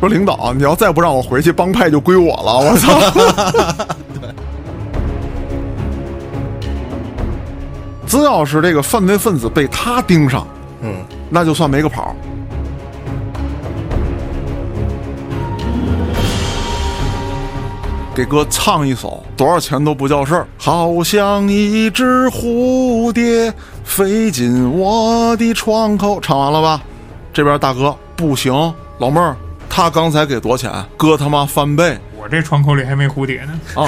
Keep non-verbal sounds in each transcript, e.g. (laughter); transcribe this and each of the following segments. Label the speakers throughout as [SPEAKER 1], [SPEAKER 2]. [SPEAKER 1] 说领导，你要再不让我回去，帮派就归我了。我操！只要是这个犯罪分子被他盯上，
[SPEAKER 2] 嗯，
[SPEAKER 1] 那就算没个跑。给哥唱一首，多少钱都不叫事儿。好像一只蝴蝶飞进我的窗口。唱完了吧？这边大哥不行，老妹儿，他刚才给多少钱？哥他妈翻倍
[SPEAKER 3] 我这窗口里还没蝴蝶呢。
[SPEAKER 1] 啊！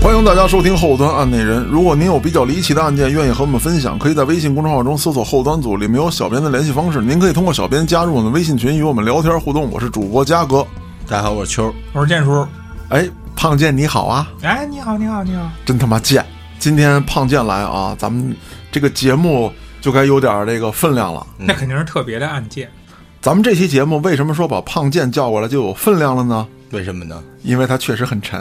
[SPEAKER 1] 欢迎大家收听《后端案内人》。如果您有比较离奇的案件，愿意和我们分享，可以在微信公众号中搜索“后端组”，里面有小编的联系方式。您可以通过小编加入我们微信群，与我们聊天互动。我是主播嘉哥。
[SPEAKER 2] 大家好，我是秋儿。
[SPEAKER 3] 我说建叔，
[SPEAKER 1] 哎，胖健你好啊，
[SPEAKER 3] 哎，你好，你好，你好，
[SPEAKER 1] 真他妈贱！今天胖健来啊，咱们这个节目就该有点这个分量了。
[SPEAKER 3] 那肯定是特别的案件。
[SPEAKER 1] 咱们这期节目为什么说把胖健叫过来就有分量了呢？
[SPEAKER 2] 为什么呢？ (laughs)
[SPEAKER 1] 因为他确实很沉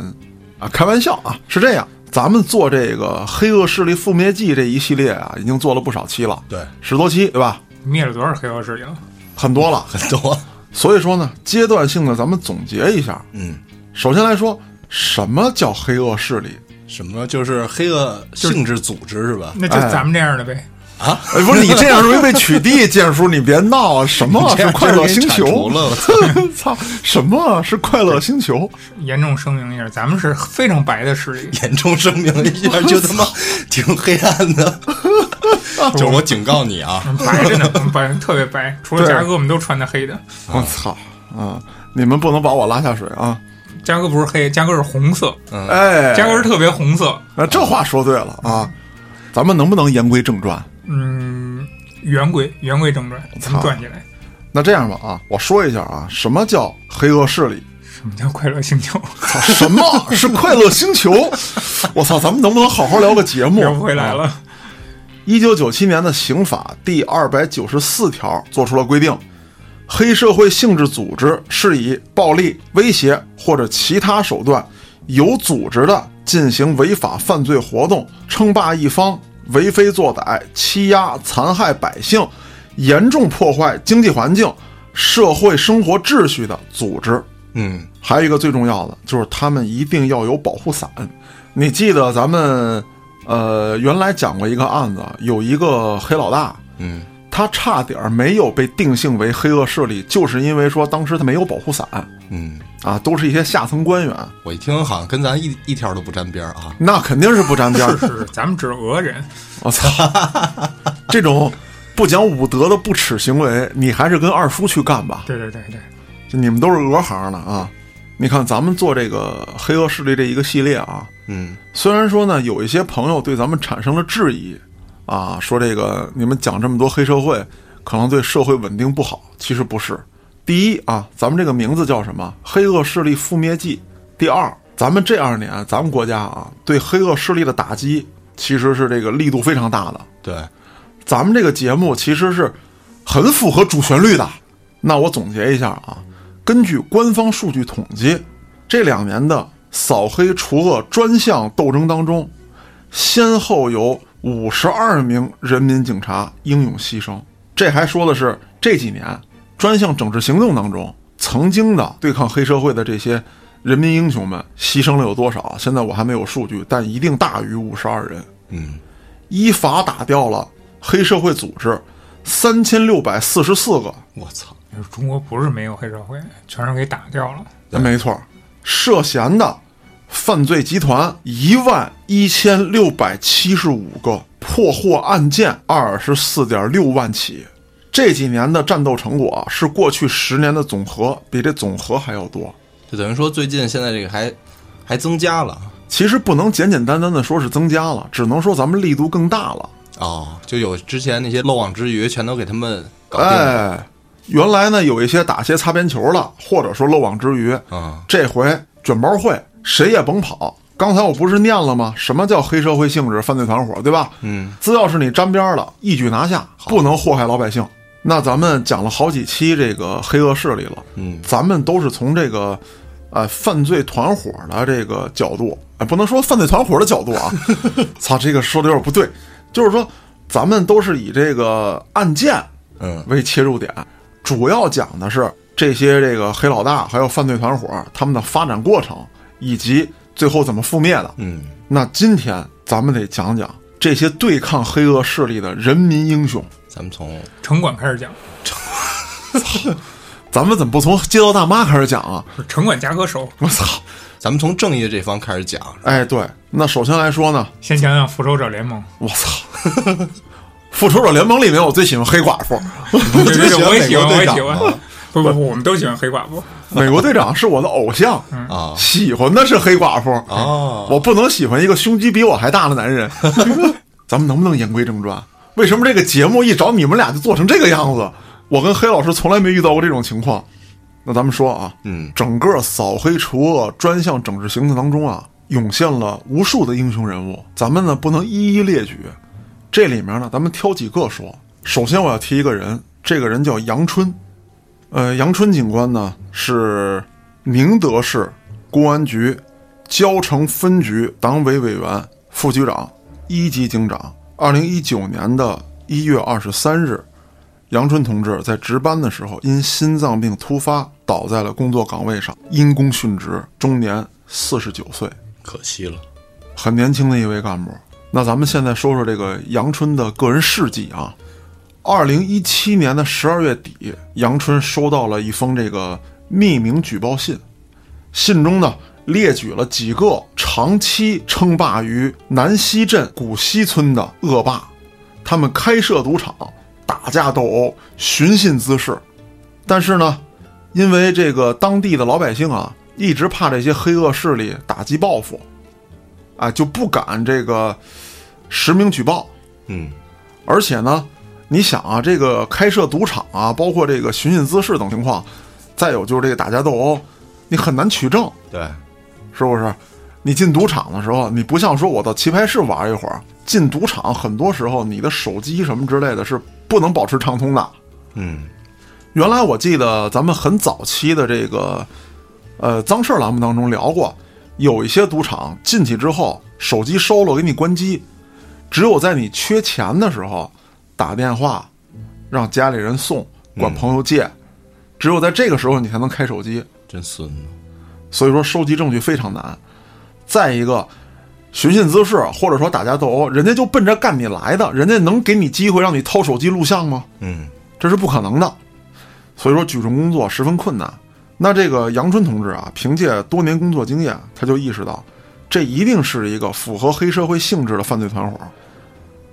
[SPEAKER 1] 啊。开玩笑啊，是这样，咱们做这个黑恶势力覆灭记这一系列啊，已经做了不少期了，
[SPEAKER 2] 对，
[SPEAKER 1] 十多期对吧？
[SPEAKER 3] 灭了多少黑恶势力了？
[SPEAKER 1] 很多了。
[SPEAKER 2] 很多。
[SPEAKER 1] 所以说呢，阶段性的咱们总结一下。
[SPEAKER 2] 嗯，
[SPEAKER 1] 首先来说，什么叫黑恶势力？
[SPEAKER 2] 什么就是黑恶性质组织是吧？
[SPEAKER 3] 那就咱们这样的呗。
[SPEAKER 2] 啊，
[SPEAKER 1] 哎，不是你这样容易被取缔， (laughs) 建叔，你别闹啊！什么
[SPEAKER 2] 这
[SPEAKER 1] 是
[SPEAKER 2] 样
[SPEAKER 1] 快乐星
[SPEAKER 2] 就给
[SPEAKER 1] 球
[SPEAKER 2] 你铲除？了，
[SPEAKER 1] (laughs) 操，什么啊是快乐星球？
[SPEAKER 3] 严重声明一下，咱们是非常白的势力。
[SPEAKER 2] (laughs) 严重声明一下，就他妈挺黑暗 (laughs) 的。就是我警告你啊，
[SPEAKER 3] 嗯白着呢，嗯白特别白，除了
[SPEAKER 1] 对
[SPEAKER 3] 嘉哥，我们都穿的黑的。
[SPEAKER 1] 我操啊！你们不能把我拉下水啊！
[SPEAKER 3] 嘉哥不是黑，嘉哥是红色，
[SPEAKER 1] 哎，
[SPEAKER 3] 嘉哥是特别红色。
[SPEAKER 1] 啊这话说对了啊！咱们能不能言归正传？
[SPEAKER 3] 嗯，圆规，圆规正传，咱们转起来。
[SPEAKER 1] 那这样吧啊，我说一下啊，什么叫黑恶势力？
[SPEAKER 3] 什么叫快乐星球？
[SPEAKER 1] 操什么啊是快乐星球？ (laughs) 我操，咱们能不能好好聊个节目？
[SPEAKER 3] 聊不回来了。
[SPEAKER 1] 一九九七年的刑法第二百九十四条做出了规定，黑社会性质组织是以暴力、威胁或者其他手段，有组织的进行违法犯罪活动，称霸一方，为非作歹，欺压、残害百姓，严重破坏经济环境、社会生活秩序的组织。
[SPEAKER 2] 嗯，
[SPEAKER 1] 还有一个最重要的就是他们一定要有保护伞。你记得咱们呃原来讲过一个案子，有一个黑老大，
[SPEAKER 2] 嗯，
[SPEAKER 1] 他差点儿没有被定性为黑恶势力，就是因为说当时他没有保护伞
[SPEAKER 2] 嗯，
[SPEAKER 1] 啊，都是一些下层官员，
[SPEAKER 2] 我一听好像跟咱一一条都不沾边儿啊。
[SPEAKER 1] 那肯定是不沾边儿
[SPEAKER 3] (laughs) 是。是，是咱们只是讹人。
[SPEAKER 1] 我操，这种不讲武德的不耻行为，你还是跟二叔去干吧。
[SPEAKER 3] 对对对对，
[SPEAKER 1] 就你们都是俄行的啊！你看咱们做这个黑恶势力这一个系列啊，
[SPEAKER 2] 嗯，
[SPEAKER 1] 虽然说呢，有一些朋友对咱们产生了质疑，啊，说这个你们讲这么多黑社会，可能对社会稳定不好。其实不是。第一啊，咱们这个名字叫什么？黑恶势力覆灭记。第二，咱们这二年，咱们国家啊，对黑恶势力的打击其实是这个力度非常大的。
[SPEAKER 2] 对，
[SPEAKER 1] 咱们这个节目其实是很符合主旋律的。那我总结一下啊，根据官方数据统计，这两年的扫黑除恶专项斗争当中，先后有五十二名人民警察英勇牺牲。这还说的是这几年专项整治行动当中曾经的对抗黑社会的这些人民英雄们牺牲了有多少？现在我还没有数据，但一定大于五十二人。
[SPEAKER 2] 嗯，
[SPEAKER 1] 依法打掉了黑社会组织三千六百四十四个，
[SPEAKER 2] 我操，
[SPEAKER 3] 就是中国不是没有黑社会，全是给打掉了。
[SPEAKER 2] 对
[SPEAKER 1] 没错儿，涉嫌的犯罪集团一万一千六百七十五个，破获案件二十四点六万起。这几年的战斗成果是过去十年的总和，比这总和还要多。
[SPEAKER 2] 就等于说最近现在这个还还增加了
[SPEAKER 1] 其实不能简简单单的说是增加了，只能说咱们力度更大了。
[SPEAKER 2] 哦，就有之前那些漏网之鱼全都给他们搞定了。
[SPEAKER 1] 哎，原来呢有一些打些擦边球的，或者说漏网之鱼，
[SPEAKER 2] 嗯，
[SPEAKER 1] 这回卷包会谁也甭跑。刚才我不是念了吗？什么叫黑社会性质犯罪团伙，对吧？
[SPEAKER 2] 嗯，
[SPEAKER 1] 只要是你沾边了，一举拿下，不能祸害老百姓。那咱们讲了好几期这个黑恶势力了，
[SPEAKER 2] 嗯
[SPEAKER 1] 咱们都是从这个啊、犯罪团伙的这个角度，哎、不能说犯罪团伙的角度
[SPEAKER 2] (laughs)
[SPEAKER 1] 啊，操，这个说的有点不对，就是说咱们都是以这个案件
[SPEAKER 2] 嗯
[SPEAKER 1] 为切入点，主要讲的是这些这个黑老大还有犯罪团伙他们的发展过程以及最后怎么覆灭的。
[SPEAKER 2] 嗯，
[SPEAKER 1] 那今天咱们得讲讲这些对抗黑恶势力的人民英雄，
[SPEAKER 2] 咱们从
[SPEAKER 3] 城管开始讲，
[SPEAKER 1] 咱们怎么不从街道大妈开始讲啊？
[SPEAKER 3] 城管夹歌手。
[SPEAKER 1] 我操！
[SPEAKER 2] 咱们从正义的这方开始讲，
[SPEAKER 1] 哎，对，那首先来说呢，
[SPEAKER 3] 先讲讲复仇者联
[SPEAKER 2] (laughs)
[SPEAKER 3] 盟，
[SPEAKER 1] 我操！ (laughs) 复仇者联盟里面，我最喜欢黑寡妇。
[SPEAKER 3] 对对对，
[SPEAKER 2] 喜欢
[SPEAKER 3] 我也喜欢，
[SPEAKER 2] 美国
[SPEAKER 3] 我
[SPEAKER 2] 队
[SPEAKER 3] 也
[SPEAKER 2] 长
[SPEAKER 3] 喜欢
[SPEAKER 2] 啊。
[SPEAKER 3] (laughs) 不不不，我们都喜欢黑寡妇。
[SPEAKER 1] 美国队长是我的偶像，
[SPEAKER 2] 啊
[SPEAKER 1] 喜欢的是黑寡妇。
[SPEAKER 2] 哦，
[SPEAKER 1] 我不能喜欢一个胸肌比我还大的男人。 (laughs) 咱们能不能言归正传？为什么这个节目一找你们俩就做成这个样子？我跟黑老师从来没遇到过这种情况。那咱们说啊，
[SPEAKER 2] 嗯
[SPEAKER 1] 整个扫黑除恶专项整治行动当中啊，涌现了无数的英雄人物，咱们呢不能一一列举。这里面呢，咱们挑几个说。首先，我要提一个人，这个人叫杨春。呃，杨春警官呢是宁德市公安局蕉城分局党委委员、副局长、一级警长。二零一九年的一月二十三日，杨春同志在值班的时候因心脏病突发倒在了工作岗位上，因公殉职，终年四十九岁，
[SPEAKER 2] 可惜了，
[SPEAKER 1] 很年轻的一位干部。那咱们现在说说这个杨春的个人事迹啊。二零一七年的十二月底，杨春收到了一封这个匿名举报信，信中呢列举了几个长期称霸于南溪镇古溪村的恶霸，他们开设赌场、打架斗殴、寻衅滋事。但是呢，因为这个当地的老百姓啊，一直怕这些黑恶势力打击报复，啊，就不敢这个实名举报。
[SPEAKER 2] 嗯
[SPEAKER 1] 而且呢，你想啊，这个开设赌场啊，包括这个寻衅滋事等情况，再有就是这个打架斗殴，你很难取证，
[SPEAKER 2] 对，
[SPEAKER 1] 是不是？你进赌场的时候，你不像说我到棋牌室玩一会儿，进赌场很多时候你的手机什么之类的是不能保持畅通的。
[SPEAKER 2] 嗯
[SPEAKER 1] 原来我记得咱们很早期的这个呃脏事儿栏目当中聊过，有一些赌场进去之后，手机收了给你关机，只有在你缺钱的时候打电话让家里人送，管朋友借，只有在这个时候你才能开手机。
[SPEAKER 2] 真孙子，
[SPEAKER 1] 所以说收集证据非常难。再一个，寻衅滋事或者说打架斗殴，人家就奔着干你来的，人家能给你机会让你掏手机录像吗？
[SPEAKER 2] 嗯
[SPEAKER 1] 这是不可能的。所以说，举证工作十分困难。那这个杨春同志啊，凭借多年工作经验，他就意识到，这一定是一个符合黑社会性质的犯罪团伙。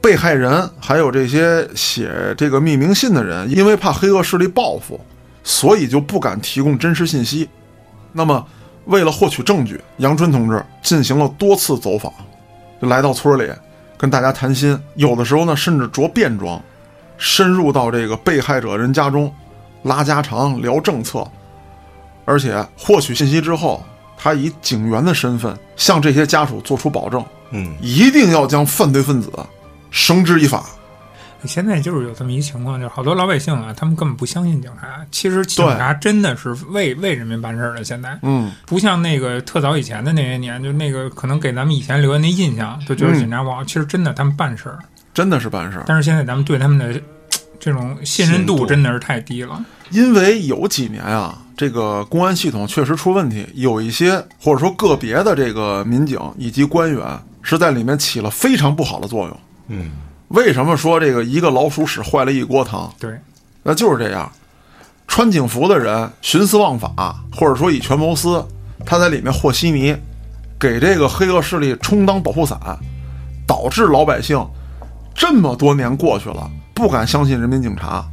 [SPEAKER 1] 被害人还有这些写这个匿名信的人，因为怕黑恶势力报复，所以就不敢提供真实信息。那么，为了获取证据，杨春同志进行了多次走访，就来到村里跟大家谈心，有的时候呢，甚至着便装，深入到这个被害者人家中，拉家常、聊政策，而且获取信息之后，他以警员的身份向这些家属做出保证，
[SPEAKER 2] 嗯，
[SPEAKER 1] 一定要将犯罪分子绳之以法。
[SPEAKER 3] 现在就是有这么一情况，就是好多老百姓啊，他们根本不相信警察。其实警察真的是为为人民办事儿的。现在
[SPEAKER 1] 嗯，
[SPEAKER 3] 不像那个特早以前的那些年，就那个可能给咱们以前留下那印象，就
[SPEAKER 2] 嗯
[SPEAKER 3] 觉得警察不好。其实真的他们办事儿，
[SPEAKER 1] 真的是办事儿，
[SPEAKER 3] 但是现在咱们对他们的这种信任
[SPEAKER 2] 信任度
[SPEAKER 3] 度真的是太低了。
[SPEAKER 1] 因为有几年啊，这个公安系统确实出问题，有一些或者说个别的这个民警以及官员是在里面起了非常不好的作用。
[SPEAKER 2] 嗯，
[SPEAKER 1] 为什么说这个一个老鼠屎坏了一锅汤？
[SPEAKER 3] 对，
[SPEAKER 1] 那就是这样，穿警服的人徇私枉法，或者说以权谋私，他在里面和稀泥，给这个黑恶势力充当保护伞，导致老百姓这么多年过去了，不敢相信人民警察。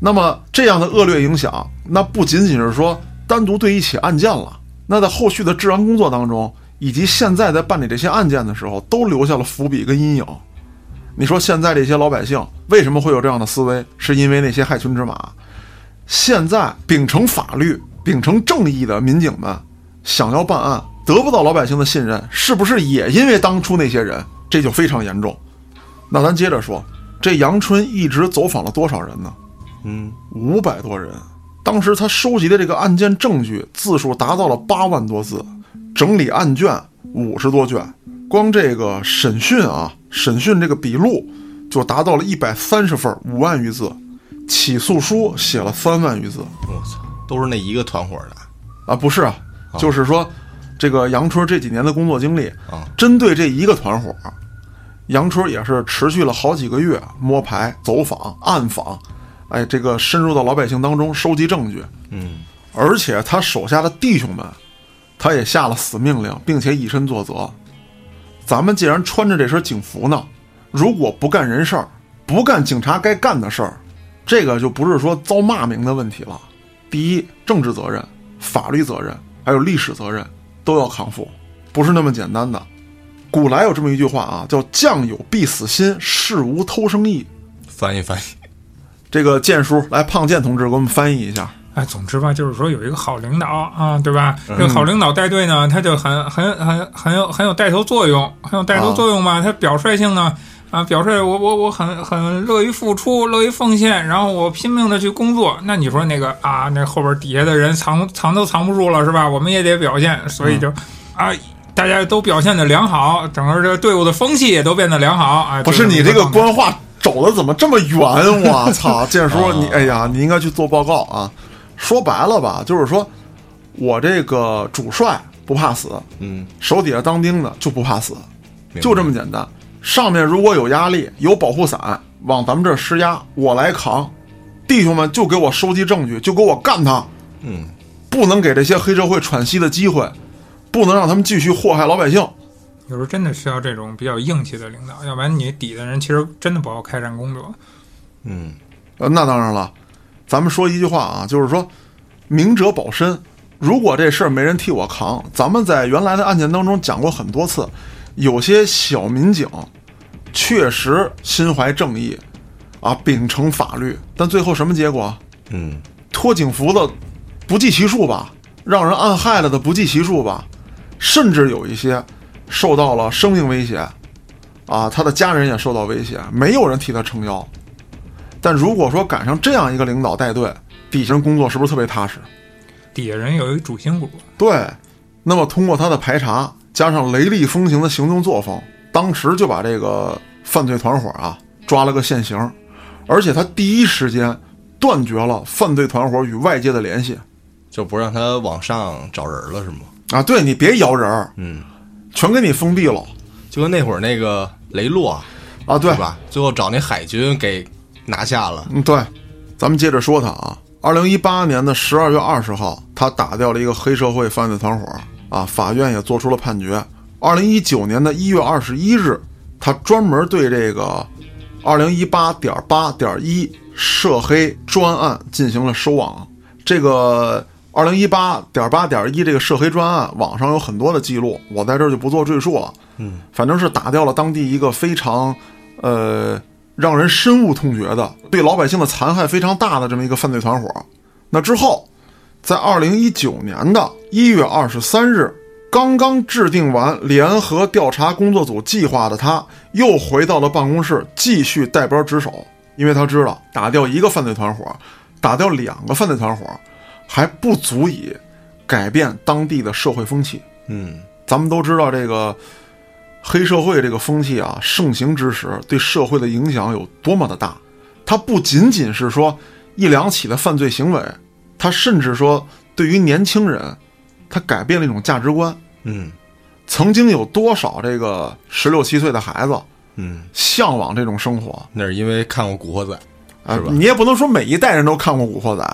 [SPEAKER 1] 那么这样的恶劣影响，那不仅仅是说单独对一起案件了，那在后续的治安工作当中，以及现在在办理这些案件的时候，都留下了伏笔跟阴影。你说现在这些老百姓为什么会有这样的思维？是因为那些害群之马。现在秉承法律、秉承正义的民警们，想要办案得不到老百姓的信任，是不是也因为当初那些人？这就非常严重。那咱接着说，这杨春一直走访了多少人呢？
[SPEAKER 2] 嗯，
[SPEAKER 1] 五百多人，当时他收集的这个案件证据字数达到了八万多字，整理案卷五十多卷，光这个审讯啊，审讯这个笔录就达到了一百三十份，五万余字，起诉书写了三万余字
[SPEAKER 2] 我操，都是那一个团伙的
[SPEAKER 1] 啊，不是啊，就是说这个杨春这几年的工作经历，
[SPEAKER 2] 啊，
[SPEAKER 1] 针对这一个团伙，杨春也是持续了好几个月摸排、走访、暗访，哎，这个深入到老百姓当中收集证据，
[SPEAKER 2] 嗯，
[SPEAKER 1] 而且他手下的弟兄们，他也下了死命令，并且以身作则。咱们既然穿着这身警服呢，如果不干人事儿，不干警察该干的事儿，这个就不是说遭骂名的问题了。第一，政治责任、法律责任，还有历史责任都要扛负，不是那么简单的。古来有这么一句话啊，叫“将有必死心，士无偷生意
[SPEAKER 2] 翻译翻译，”。
[SPEAKER 1] 这个建叔来，胖建同志给我们翻译一下。
[SPEAKER 3] 哎，总之吧，就是说有一个好领导啊，对吧？
[SPEAKER 1] 嗯
[SPEAKER 3] 这个好领导带队呢，他就很很很很有很有带头作用，很有带头作用
[SPEAKER 1] 啊
[SPEAKER 3] 吧。他表率性呢，啊，表率我我我很很乐于付出，乐于奉献，然后我拼命的去工作。那你说那个啊，那后边底下的人藏藏都藏不住了，是吧？我们也得表现，所以就、
[SPEAKER 1] 嗯
[SPEAKER 3] 啊。大家都表现的良好，整个这个队伍的风气也都变得良好啊！
[SPEAKER 1] 不
[SPEAKER 3] 就是
[SPEAKER 1] 你这个
[SPEAKER 3] 状态
[SPEAKER 1] 官话走的怎么这么圆？我操，建叔，
[SPEAKER 2] 啊
[SPEAKER 1] 你哎呀，你应该去做报告啊！说白了吧，就是说我这个主帅不怕死，
[SPEAKER 2] 嗯，
[SPEAKER 1] 手底下当兵的就不怕死，
[SPEAKER 2] 明白
[SPEAKER 1] 就这么简单。上面如果有压力，有保护伞往咱们这儿施压，我来扛。弟兄们就给我收集证据，就给我干他，
[SPEAKER 2] 嗯，
[SPEAKER 1] 不能给这些黑社会喘息的机会，不能让他们继续祸害老百姓。
[SPEAKER 3] 有时候真的需要这种比较硬气的领导，要不然你底下的人其实真的不好开展工作。
[SPEAKER 2] 嗯，
[SPEAKER 1] 呃，那当然了，咱们说一句话啊，就是说明哲保身。如果这事儿没人替我扛，咱们在原来的案件当中讲过很多次，有些小民警确实心怀正义，啊，秉承法律，但最后什么结果？
[SPEAKER 2] 嗯，
[SPEAKER 1] 脱警服的不计其数吧，让人暗害了的不计其数吧，甚至有一些受到了生命威胁，啊，他的家人也受到威胁，没有人替他撑腰。但如果说赶上这样一个领导带队，底下人工作是不是特别踏实？
[SPEAKER 3] 底下人有一个主心骨，
[SPEAKER 1] 对，那么通过他的排查，加上雷厉风行的行动作风，当时就把这个犯罪团伙啊抓了个现行，而且他第一时间断绝了犯罪团伙与外界的联系。
[SPEAKER 2] 就不让他往上找人了是吗？
[SPEAKER 1] 啊，对你别摇人儿，
[SPEAKER 2] 嗯，
[SPEAKER 1] 全给你封闭了
[SPEAKER 2] 就跟那会儿那个雷洛
[SPEAKER 1] 啊，对
[SPEAKER 2] 是，吧？最后找那海军给拿下了，
[SPEAKER 1] 嗯，对，咱们接着说他啊。二零一八年的十二月二十号，他打掉了一个黑社会犯罪团伙啊，法院也做出了判决。二零一九年的一月二十一日，他专门对这个二零一八点八点一涉黑专案进行了收网。这个二零一八点八点一这个涉黑专案，网上有很多的记录，我在这儿就不做赘述了。
[SPEAKER 2] 嗯，
[SPEAKER 1] 反正是打掉了当地一个非常呃让人深恶痛绝的、对老百姓的残害非常大的这么一个犯罪团伙。那之后，在二零一九年的一月二十三日，刚刚制定完联合调查工作组计划的他，又回到了办公室继续带班值守，因为他知道打掉一个犯罪团伙，打掉两个犯罪团伙，还不足以改变当地的社会风气。
[SPEAKER 2] 嗯，
[SPEAKER 1] 咱们都知道这个黑社会这个风气啊，盛行之时对社会的影响有多么的大。它不仅仅是说一两起的犯罪行为，它甚至说对于年轻人，它改变了一种价值观。
[SPEAKER 2] 嗯，
[SPEAKER 1] 曾经有多少这个十六七岁的孩子
[SPEAKER 2] 嗯，
[SPEAKER 1] 向往这种生活？
[SPEAKER 2] 那是因为看过《古惑仔》，
[SPEAKER 1] 啊
[SPEAKER 2] 是吧，嗯
[SPEAKER 1] 你也不能说每一代人都看过《古惑仔》，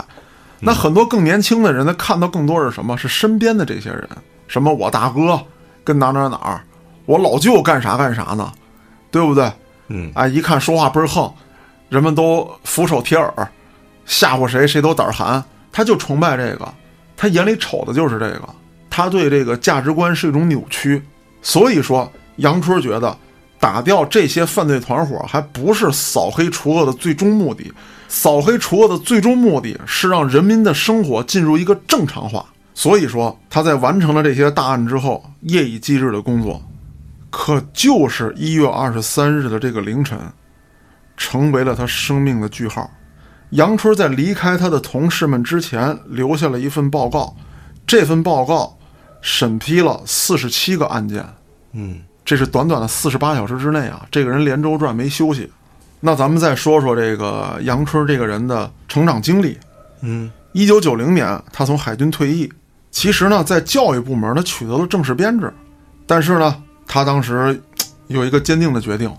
[SPEAKER 1] 那很多更年轻的人，他看到更多是什么？是身边的这些人，什么我大哥跟哪哪哪儿，我老舅干啥干啥呢，对不对？
[SPEAKER 2] 嗯，
[SPEAKER 1] 啊，一看说话倍儿横，人们都俯首帖耳，吓唬谁谁都胆儿寒，他就崇拜这个，他眼里瞅的就是这个，他对这个价值观是一种扭曲，所以说杨春觉得打掉这些犯罪团伙还不是扫黑除恶的最终目的，扫黑除恶的最终目的是让人民的生活进入一个正常化。所以说，他在完成了这些大案之后，夜以继日的工作，可就是一月二十三日的这个凌晨，成为了他生命的句号。杨春在离开他的同事们之前，留下了一份报告。这份报告审批了四十七个案件，
[SPEAKER 2] 嗯，
[SPEAKER 1] 这是短短的四十八小时之内啊，这个人连轴转没休息。那咱们再说说这个杨春这个人的成长经历。
[SPEAKER 2] 嗯，
[SPEAKER 1] 一九九零年，他从海军退役。其实呢，在教育部门他取得了正式编制，但是呢，他当时有一个坚定的决定，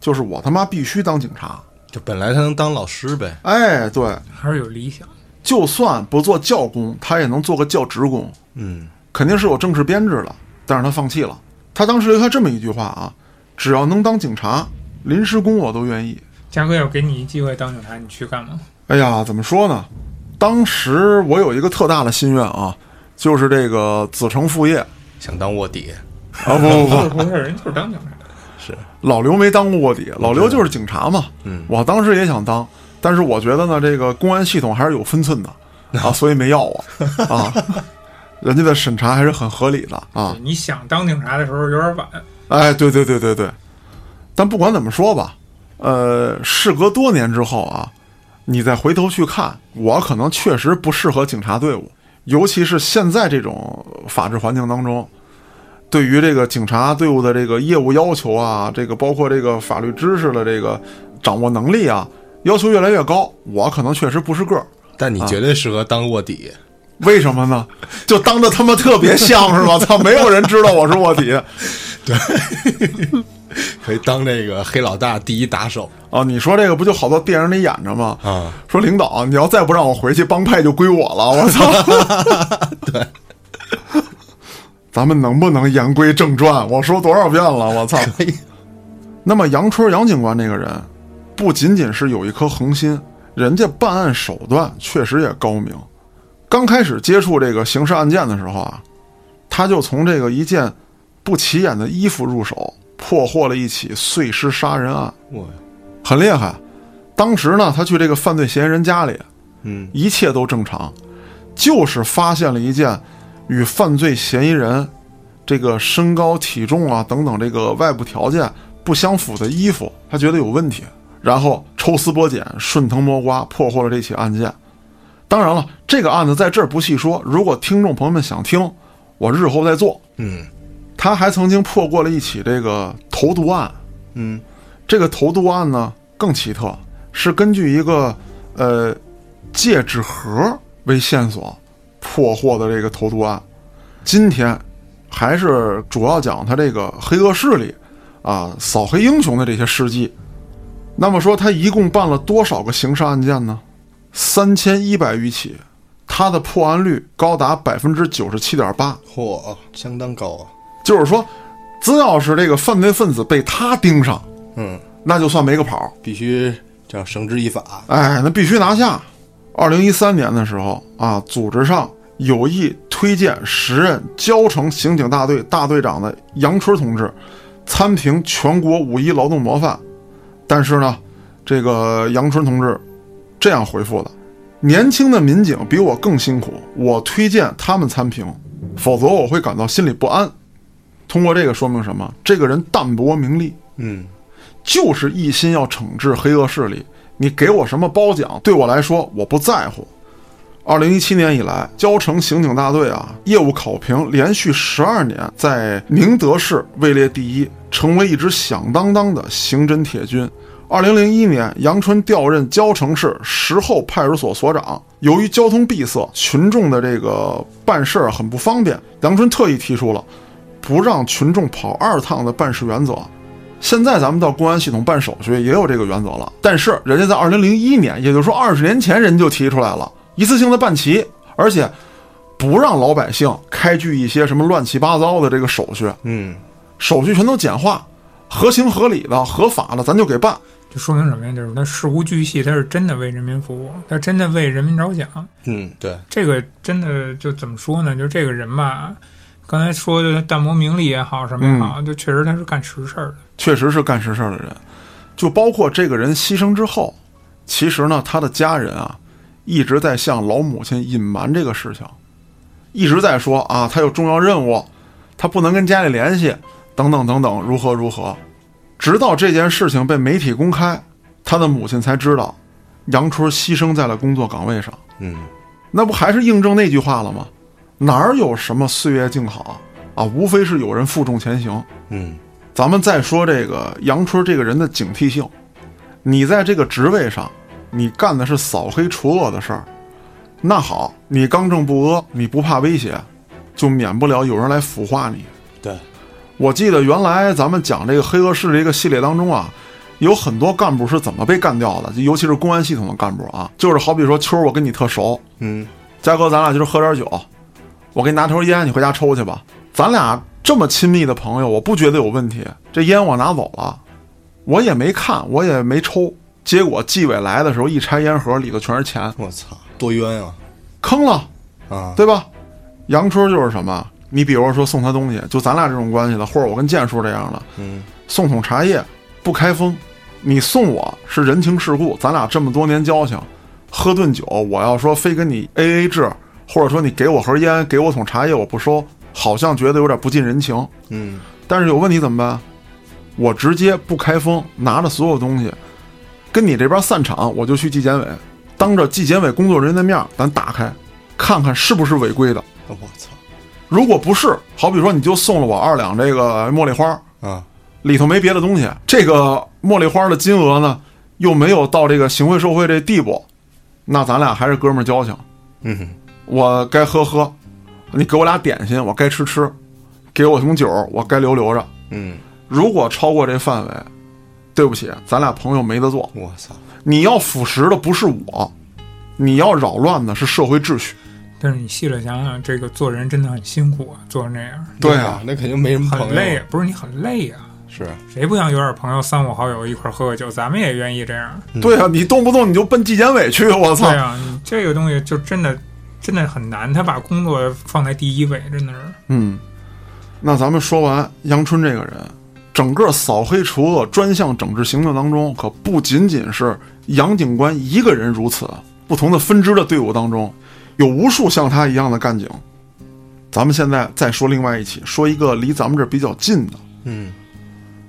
[SPEAKER 1] 就是我他妈必须当警察。
[SPEAKER 2] 就本来他能当老师呗，
[SPEAKER 1] 哎，对，
[SPEAKER 3] 还是有理想。
[SPEAKER 1] 就算不做教工，他也能做个教职工，
[SPEAKER 2] 嗯，
[SPEAKER 1] 肯定是有正式编制的。但是他放弃了。他当时留下这么一句话啊：只要能当警察，临时工我都愿意。
[SPEAKER 3] 嘉哥要给你一机会当警察，你去干嘛？
[SPEAKER 1] 哎呀，怎么说呢？当时我有一个特大的心愿啊，就是这个子承父业
[SPEAKER 2] 想当卧底，
[SPEAKER 1] 啊！不不不，
[SPEAKER 3] 不是，人就是当警察。
[SPEAKER 2] 是
[SPEAKER 1] 老刘没当过卧底，老刘就是警察嘛。
[SPEAKER 2] 嗯
[SPEAKER 1] 我当时也想当，但是我觉得呢，这个公安系统还是有分寸的
[SPEAKER 2] (laughs)
[SPEAKER 1] 啊，所以没要我啊。人家的审查还是很合理的啊。
[SPEAKER 3] 你想当警察的时候有点晚，
[SPEAKER 1] 哎，对对对对对。但不管怎么说吧，呃，事隔多年之后啊，你再回头去看，我可能确实不适合警察队伍，尤其是现在这种法治环境当中，对于这个警察队伍的这个业务要求啊，这个包括这个法律知识的这个掌握能力啊，要求越来越高，我可能确实不是个儿。
[SPEAKER 2] 但你绝对适合当卧底，
[SPEAKER 1] 为什么呢？ (laughs) 就当的他妈特别像是吧？操，没有人知道我是卧底
[SPEAKER 2] 可以当这个黑老大第一打手
[SPEAKER 1] 啊！你说这个不就好多电影里演着吗？
[SPEAKER 2] 啊，
[SPEAKER 1] 说领导，你要再不让我回去，帮派就归我了。我操！对，咱们能不能言归正传？我说多少遍了，我操！那么杨春杨警官这个人，不仅仅是有一颗恒心，人家办案手段确实也高明。刚开始接触这个刑事案件的时候啊，他就从这个一件不起眼的衣服入手，破获了一起碎尸杀人案。
[SPEAKER 2] 我
[SPEAKER 1] 很厉害。当时呢，他去这个犯罪嫌疑人家里，
[SPEAKER 2] 嗯
[SPEAKER 1] 一切都正常，就是发现了一件与犯罪嫌疑人这个身高、体重啊等等这个外部条件不相符的衣服，他觉得有问题，然后抽丝剥茧、顺藤摸瓜，破获了这起案件。当然了，这个案子在这儿不细说，如果听众朋友们想听，我日后再做。
[SPEAKER 2] 嗯
[SPEAKER 1] 他还曾经破过了一起这个投毒案，
[SPEAKER 2] 嗯
[SPEAKER 1] 这个投毒案呢更奇特，是根据一个呃戒指盒为线索破获的这个投毒案。今天还是主要讲他这个黑恶势力啊、扫黑英雄的这些事迹。那么说他一共办了多少个刑事案件呢？三千一百余起，他的破案率高达百分之九十七点八。
[SPEAKER 2] 嚯，相当高啊，
[SPEAKER 1] 就是说，只要是这个犯罪分子被他盯上，
[SPEAKER 2] 嗯，
[SPEAKER 1] 那就算没个跑。
[SPEAKER 2] 必须叫绳之以法，
[SPEAKER 1] 哎，那必须拿下。二零一三年的时候啊，组织上有意推荐时任交城刑警大队大队长的杨春同志参评全国五一劳动模范，但是呢，这个杨春同志这样回复的：年轻的民警比我更辛苦，我推荐他们参评，否则我会感到心里不安。通过这个说明什么？这个人淡泊名利，
[SPEAKER 2] 嗯
[SPEAKER 1] 就是一心要惩治黑恶势力。你给我什么褒奖，对我来说我不在乎。二零一七年以来，交城刑警大队啊业务考评连续十二年在宁德市位列第一，成为一支响当当的刑侦铁军。二零零一年，杨春调任交城市石后派出所所长。由于交通闭塞，群众的这个办事儿很不方便，杨春特意提出了不让群众跑二趟的办事原则。现在咱们到公安系统办手续也有这个原则了，但是人家在二零零一年，也就是说二十年前，人就提出来了，一次性的办齐，而且不让老百姓开具一些什么乱七八糟的这个手续，
[SPEAKER 2] 嗯，
[SPEAKER 1] 手续全都简化，合情合理的、合法的，咱就给办。
[SPEAKER 3] 就说明什么呀？就是他事无巨细，他是真的为人民服务，他真的为人民着想。
[SPEAKER 2] 嗯，对，
[SPEAKER 3] 这个真的就怎么说呢？就这个人吧，刚才说的淡泊名利也好，什么也好，就确实他是干实事儿的。
[SPEAKER 1] 确实是干实事儿的人。就包括这个人牺牲之后，其实呢，他的家人啊，一直在向老母亲隐瞒这个事情，一直在说啊，他有重要任务，他不能跟家里联系，等等等等，如何如何。直到这件事情被媒体公开，他的母亲才知道，杨春牺牲在了工作岗位上，
[SPEAKER 2] 嗯，
[SPEAKER 1] 那不还是印证那句话了吗？哪儿有什么岁月静好啊？无非是有人负重前行。
[SPEAKER 2] 嗯，
[SPEAKER 1] 咱们再说这个杨春这个人的警惕性，你在这个职位上，你干的是扫黑除恶的事儿，那好，你刚正不阿，你不怕威胁，就免不了有人来腐化你。
[SPEAKER 2] 对，
[SPEAKER 1] 我记得原来咱们讲这个黑恶势力这个系列当中啊，有很多干部是怎么被干掉的，尤其是公安系统的干部啊，就是好比说秋儿，我跟你特熟，
[SPEAKER 2] 嗯，
[SPEAKER 1] 佳哥，咱俩今儿喝点酒，我给你拿条烟，你回家抽去吧。咱俩这么亲密的朋友，我不觉得有问题。这烟我拿走了，我也没看，我也没抽。结果纪委来的时候，一拆烟盒，里头全是钱，
[SPEAKER 2] 我操，多冤啊！
[SPEAKER 1] 坑了，
[SPEAKER 2] 啊，
[SPEAKER 1] 对吧？杨春就是什么？你比如说送他东西，就咱俩这种关系的，或者我跟建叔这样的，
[SPEAKER 2] 嗯，
[SPEAKER 1] 送桶茶叶不开封，你送我是人情世故，咱俩这么多年交情，喝顿酒，我要说非跟你 A A 制，或者说你给我盒烟，给我桶茶叶，我不收，好像觉得有点不近人情。
[SPEAKER 2] 嗯，
[SPEAKER 1] 但是有问题怎么办？我直接不开封，拿着所有东西，跟你这边散场，我就去纪检委，当着纪检委工作人员的面儿，咱打开，看看是不是违规的。
[SPEAKER 2] 我操，
[SPEAKER 1] 如果不是，好比说你就送了我二两这个茉莉花，
[SPEAKER 2] 啊，
[SPEAKER 1] 里头没别的东西。这个茉莉花的金额呢，又没有到这个行贿受贿这地步，那咱俩还是哥们儿交情。
[SPEAKER 2] 嗯，
[SPEAKER 1] 我该喝喝，你给我俩点心，我该吃吃，给我瓶酒，我该留留着。
[SPEAKER 2] 嗯，
[SPEAKER 1] 如果超过这范围，对不起，咱俩朋友没得做。
[SPEAKER 2] 我操，
[SPEAKER 1] 你要腐蚀的不是我，你要扰乱的是社会秩序。
[SPEAKER 3] 但是你细了想想，这个做人真的很辛苦啊，做成那样
[SPEAKER 1] 对啊，
[SPEAKER 2] 那肯定没什么朋
[SPEAKER 3] 很
[SPEAKER 2] 友，
[SPEAKER 3] 累，不是你很累啊。
[SPEAKER 2] 是，
[SPEAKER 3] 谁不想有点朋友，三五好友一块儿喝个酒？咱们也愿意这样。
[SPEAKER 1] 对啊，你动不动你就奔纪检委去，我操
[SPEAKER 3] 对！啊，你这个东西就真的真的很难，他把工作放在第一位，真的是。
[SPEAKER 1] 嗯，那咱们说完杨春这个人，整个扫黑除恶专项整治行动当中，可不仅仅是杨警官一个人如此，不同的分支的队伍当中，有无数像他一样的干警。咱们现在再说另外一起，说一个离咱们这儿比较近的，
[SPEAKER 2] 嗯，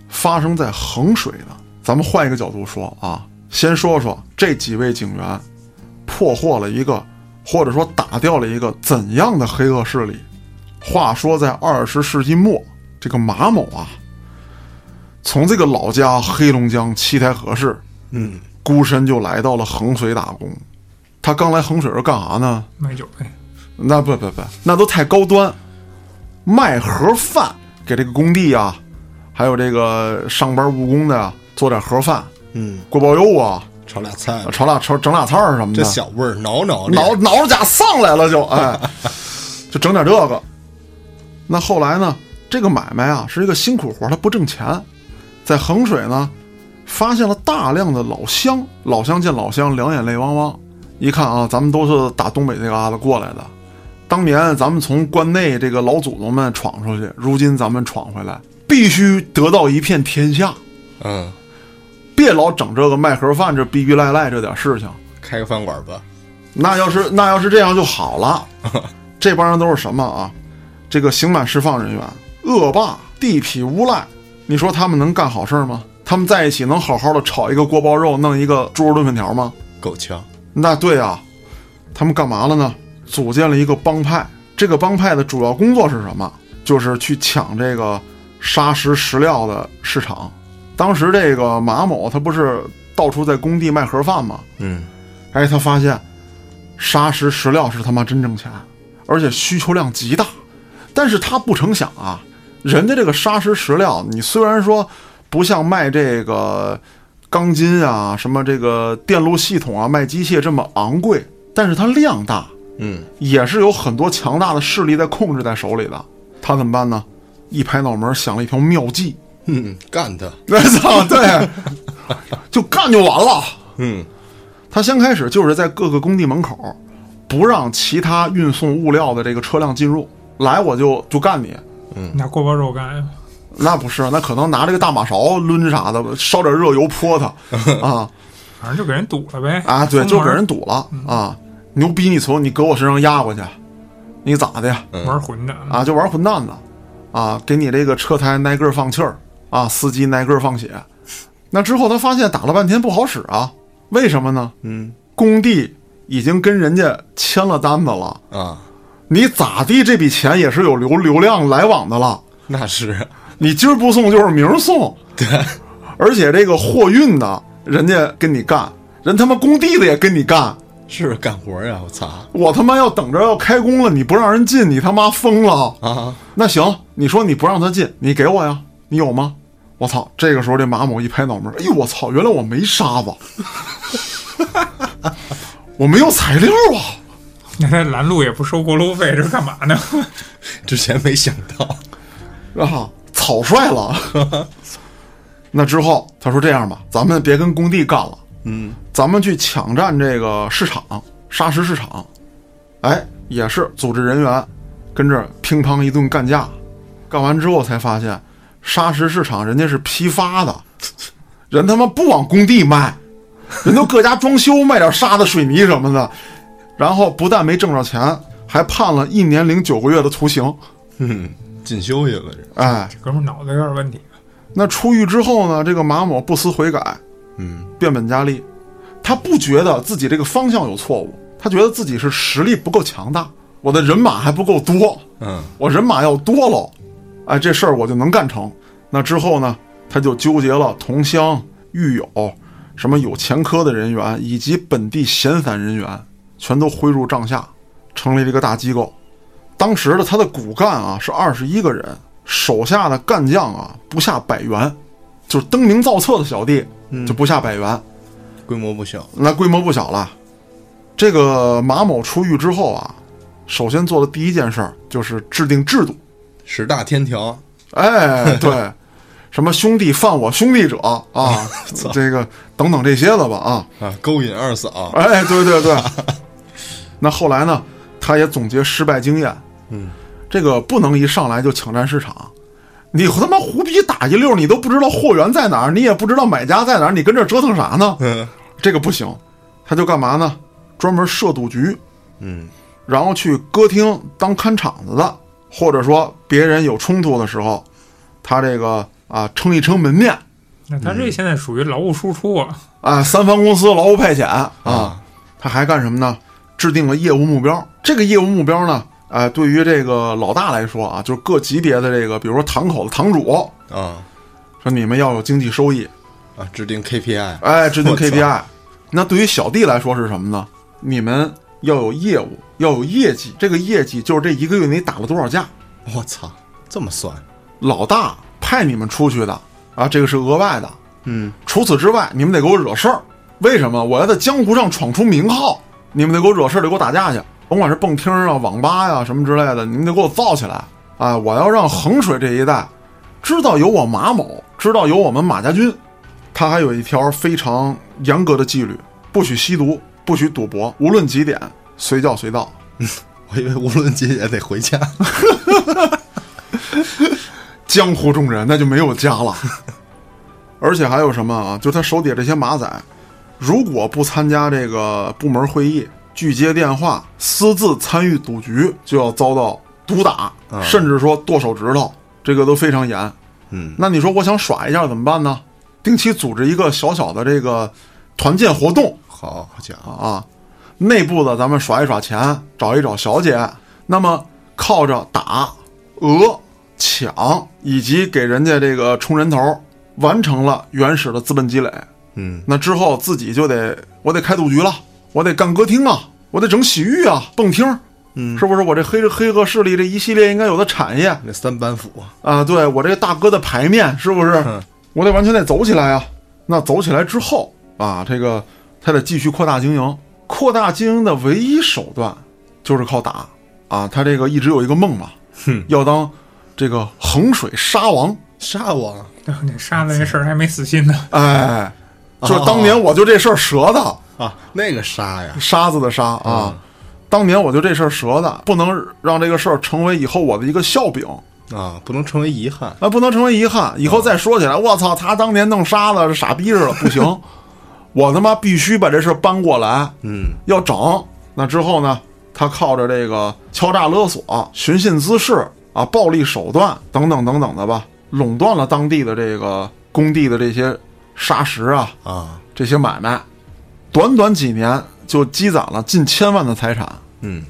[SPEAKER 1] 发生在衡水的。咱们换一个角度说啊，先说说这几位警员破获了一个，或者说打掉了一个怎样的黑恶势力？话说在二十世纪末，这个马某啊，从这个老家黑龙江七台河市，
[SPEAKER 2] 嗯，
[SPEAKER 1] 孤身就来到了衡水打工。他刚来衡水是干啥呢？
[SPEAKER 3] 卖酒呗，
[SPEAKER 1] 那不不不，那都太高端，卖盒饭给这个工地啊，还有这个上班务工的呀、做点盒饭，
[SPEAKER 2] 嗯，
[SPEAKER 1] 锅包肉啊，
[SPEAKER 2] 炒俩菜，
[SPEAKER 1] 炒俩炒整俩菜儿什么的，
[SPEAKER 2] 这小味儿挠
[SPEAKER 1] (laughs)
[SPEAKER 2] 挠 (laughs)
[SPEAKER 1] 挠挠着家上来了就，哎，就整点这个。那后来呢，这个买卖啊是一个辛苦活儿，它不挣钱。在衡水呢，发现了大量的老乡，老乡见老乡，两眼泪汪汪。一看啊，咱们都是打东北这旮沓过来的，当年咱们从关内这个老祖宗们闯出去，如今咱们闯回来，必须得到一片天下，
[SPEAKER 2] 嗯，
[SPEAKER 1] 别老整这个卖盒饭这逼逼赖赖这点事情。
[SPEAKER 2] 开个饭馆吧，
[SPEAKER 1] 那要是那要是这样就好了。这帮人都是什么啊？这个刑满释放人员、恶霸、地痞无赖，你说他们能干好事儿吗？他们在一起能好好的炒一个锅包肉，弄一个猪肉炖粉条吗？
[SPEAKER 2] 够呛，
[SPEAKER 1] 那对啊，他们干嘛了呢？组建了一个帮派。这个帮派的主要工作是什么？就是去抢这个砂石石料的市场。当时这个马某他不是到处在工地卖盒饭吗？
[SPEAKER 2] 嗯，
[SPEAKER 1] 哎，他发现砂石石料是他妈真挣钱，而且需求量极大。但是他不成想啊，人家这个砂石石料，你虽然说不像卖这个钢筋啊、什么这个电路系统啊、卖机械这么昂贵，但是它量大，
[SPEAKER 2] 嗯，
[SPEAKER 1] 也是有很多强大的势力在控制在手里的。他怎么办呢？一拍脑门想了一条妙计，
[SPEAKER 2] 嗯，干他，
[SPEAKER 1] (laughs) 我操，啊对，就干就完了。
[SPEAKER 2] 嗯，
[SPEAKER 1] 他先开始就是在各个工地门口，不让其他运送物料的这个车辆进入，来我就就干你。
[SPEAKER 3] 拿锅包肉干呀。
[SPEAKER 1] 那不是，那可能拿这个大马勺抡啥的，烧点热油泼他啊
[SPEAKER 3] 反正就给人堵了呗。
[SPEAKER 1] 啊！对，
[SPEAKER 3] 封
[SPEAKER 1] 就
[SPEAKER 3] 门
[SPEAKER 1] 给人堵了啊！牛逼，你从你搁我身上压过去，你咋的呀？
[SPEAKER 3] 玩混的。
[SPEAKER 1] 啊，就玩混蛋呢，啊，给你这个车胎挨个儿放气儿，啊，司机挨个儿放血。那之后他发现打了半天不好使啊，为什么呢？
[SPEAKER 2] 嗯
[SPEAKER 1] 工地已经跟人家签了单子了，
[SPEAKER 2] 啊，
[SPEAKER 1] 你咋地这笔钱也是有流流量来往的了，
[SPEAKER 2] 那是
[SPEAKER 1] 你今儿不送就是明儿送，
[SPEAKER 2] 对，
[SPEAKER 1] 而且这个货运的人家跟你干，人他妈工地的也跟你干，
[SPEAKER 2] (laughs) 是干活呀、我操
[SPEAKER 1] 我他妈要等着要开工了，你不让人进，你他妈疯了！
[SPEAKER 2] 啊！
[SPEAKER 1] 那行，你说你不让他进，你给我呀，你有吗？我操！这个时候这马某一拍脑门，哎呦我操！原来我没沙子， (laughs) 我没有材料啊！
[SPEAKER 3] 那他拦路也不收过路费，这是干嘛呢？
[SPEAKER 2] 之前没想到，
[SPEAKER 1] 啊，草率了。 (laughs) 那之后，他说这样吧，咱们别跟工地干了，
[SPEAKER 2] 嗯
[SPEAKER 1] 咱们去抢占这个市场，砂石市场。哎，也是组织人员跟这儿乒乓一顿干架，干完之后才发现，砂石市场人家是批发的，人他妈不往工地卖，人都各家装修卖点沙子、水泥什么的，然后不但没挣着钱，还判了一年零九个月的徒刑。
[SPEAKER 2] 嗯，进修去了这，
[SPEAKER 1] 哎，
[SPEAKER 3] 这哥们儿脑子有点问题。
[SPEAKER 1] 那出狱之后呢，这个马某不思悔改，
[SPEAKER 2] 嗯
[SPEAKER 1] 变本加厉。他不觉得自己这个方向有错误，他觉得自己是实力不够强大，我的人马还不够多，
[SPEAKER 2] 嗯
[SPEAKER 1] 我人马要多喽，哎，这事儿我就能干成。那之后呢，他就纠结了同乡、狱友、什么有前科的人员以及本地闲散人员，全都挥入帐下，成立了一个大机构。当时的他的骨干啊是二十一个人，手下的干将啊不下百员，就是登名造册的小弟就不下百员。
[SPEAKER 2] 规模不小，
[SPEAKER 1] 那规模不小了。这个马某出狱之后啊，首先做的第一件事儿就是制定制度。
[SPEAKER 2] 十大天条，
[SPEAKER 1] 哎，对，什么兄弟犯我兄弟者啊，这个等等这些的吧啊。
[SPEAKER 2] 啊，勾引二嫂，
[SPEAKER 1] 哎，对对对。那后来呢，他也总结失败经验。
[SPEAKER 2] 嗯，
[SPEAKER 1] 这个不能一上来就抢占市场，你他妈胡逼打一溜儿，你都不知道货源在哪儿，你也不知道买家在哪儿，你跟这儿折腾啥呢？
[SPEAKER 2] 嗯
[SPEAKER 1] 这个不行，他就干嘛呢？专门设赌局，
[SPEAKER 2] 嗯
[SPEAKER 1] 然后去歌厅当看场子的，或者说别人有冲突的时候，他这个啊撑一撑门面
[SPEAKER 3] 那他
[SPEAKER 1] 嗯
[SPEAKER 3] 这现在属于劳务输出啊，
[SPEAKER 1] 啊，三方公司劳务派遣啊，，他还干什么呢？制定了业务目标。这个业务目标呢，哎，对于这个老大来说啊，就是各级别的这个，比如说堂口的堂主，
[SPEAKER 2] 啊
[SPEAKER 1] 说你们要有经济收益，
[SPEAKER 2] 啊，制定 KPI，
[SPEAKER 1] 哎，制定
[SPEAKER 2] 我操
[SPEAKER 1] KPI。那对于小弟来说是什么呢？你们要有业务，要有业绩。这个业绩就是这一个月你打了多少架，
[SPEAKER 2] 我操，这么算，
[SPEAKER 1] 老大派你们出去的啊，这个是额外的。
[SPEAKER 2] 嗯
[SPEAKER 1] 除此之外，你们得给我惹事儿。为什么？我要在江湖上闯出名号，你们得给我惹事儿，得给我打架去。甭管是蹦厅啊、网吧呀、什么之类的，你们得给我造起来啊！我要让衡水这一带知道有我马某，知道有我们马家军。他还有一条非常严格的纪律，不许吸毒，不许赌博，无论几点随叫随到。
[SPEAKER 2] 我以为无论姐也得回家， (laughs)
[SPEAKER 1] 江湖中人，那就没有家了。而且还有什么啊？就他手底下这些马仔，如果不参加这个部门会议、拒接电话、私自参与赌局，就要遭到毒打，
[SPEAKER 2] 啊
[SPEAKER 1] 甚至说剁手指头，这个都非常严。
[SPEAKER 2] 嗯
[SPEAKER 1] 那你说我想耍一下怎么办呢？定期组织一个小小的这个团建活动，
[SPEAKER 2] 好好家伙，
[SPEAKER 1] 啊，内部的咱们耍一耍钱，找一找小姐。那么靠着打、讹、抢以及给人家这个充人头，完成了原始的资本积累。
[SPEAKER 2] 嗯
[SPEAKER 1] 那之后自己就得我得开赌局了，我得干歌厅啊，我得整洗浴啊、蹦厅儿，
[SPEAKER 2] 嗯
[SPEAKER 1] 是不是？我这黑黑恶势力这一系列应该有的产业
[SPEAKER 2] 那三板斧，
[SPEAKER 1] 啊，对我这个大哥的牌面是不是？
[SPEAKER 2] 嗯
[SPEAKER 1] 我得完全得走起来啊。那走起来之后啊，这个他得继续扩大经营，扩大经营的唯一手段就是靠打啊。他这个一直有一个梦嘛，
[SPEAKER 2] 哼
[SPEAKER 1] 要当这个衡水沙王。
[SPEAKER 2] 杀王，
[SPEAKER 3] 那杀了这事儿还没死心呢。
[SPEAKER 1] 哎，
[SPEAKER 2] 哦
[SPEAKER 1] 就是当年我就这事儿折的，
[SPEAKER 2] 啊，那个杀呀，
[SPEAKER 1] 沙子的沙啊。
[SPEAKER 2] 嗯
[SPEAKER 1] 当年我就这事儿折的，不能让这个事儿成为以后我的一个笑柄。
[SPEAKER 2] 啊，不能成为遗憾，
[SPEAKER 1] 啊，不能成为遗憾。以后再说起来，我操，他当年弄沙子，傻逼似的，不行，我他妈必须把这事儿搬过来，
[SPEAKER 2] 嗯
[SPEAKER 1] 要整。那之后呢，他靠着这个敲诈勒索、寻衅滋事啊、暴力手段等等等等的吧，垄断了当地的这个工地的这些砂石啊
[SPEAKER 2] 啊，
[SPEAKER 1] 这些买卖。短短几年就积攒了近千万的财产，
[SPEAKER 2] 嗯，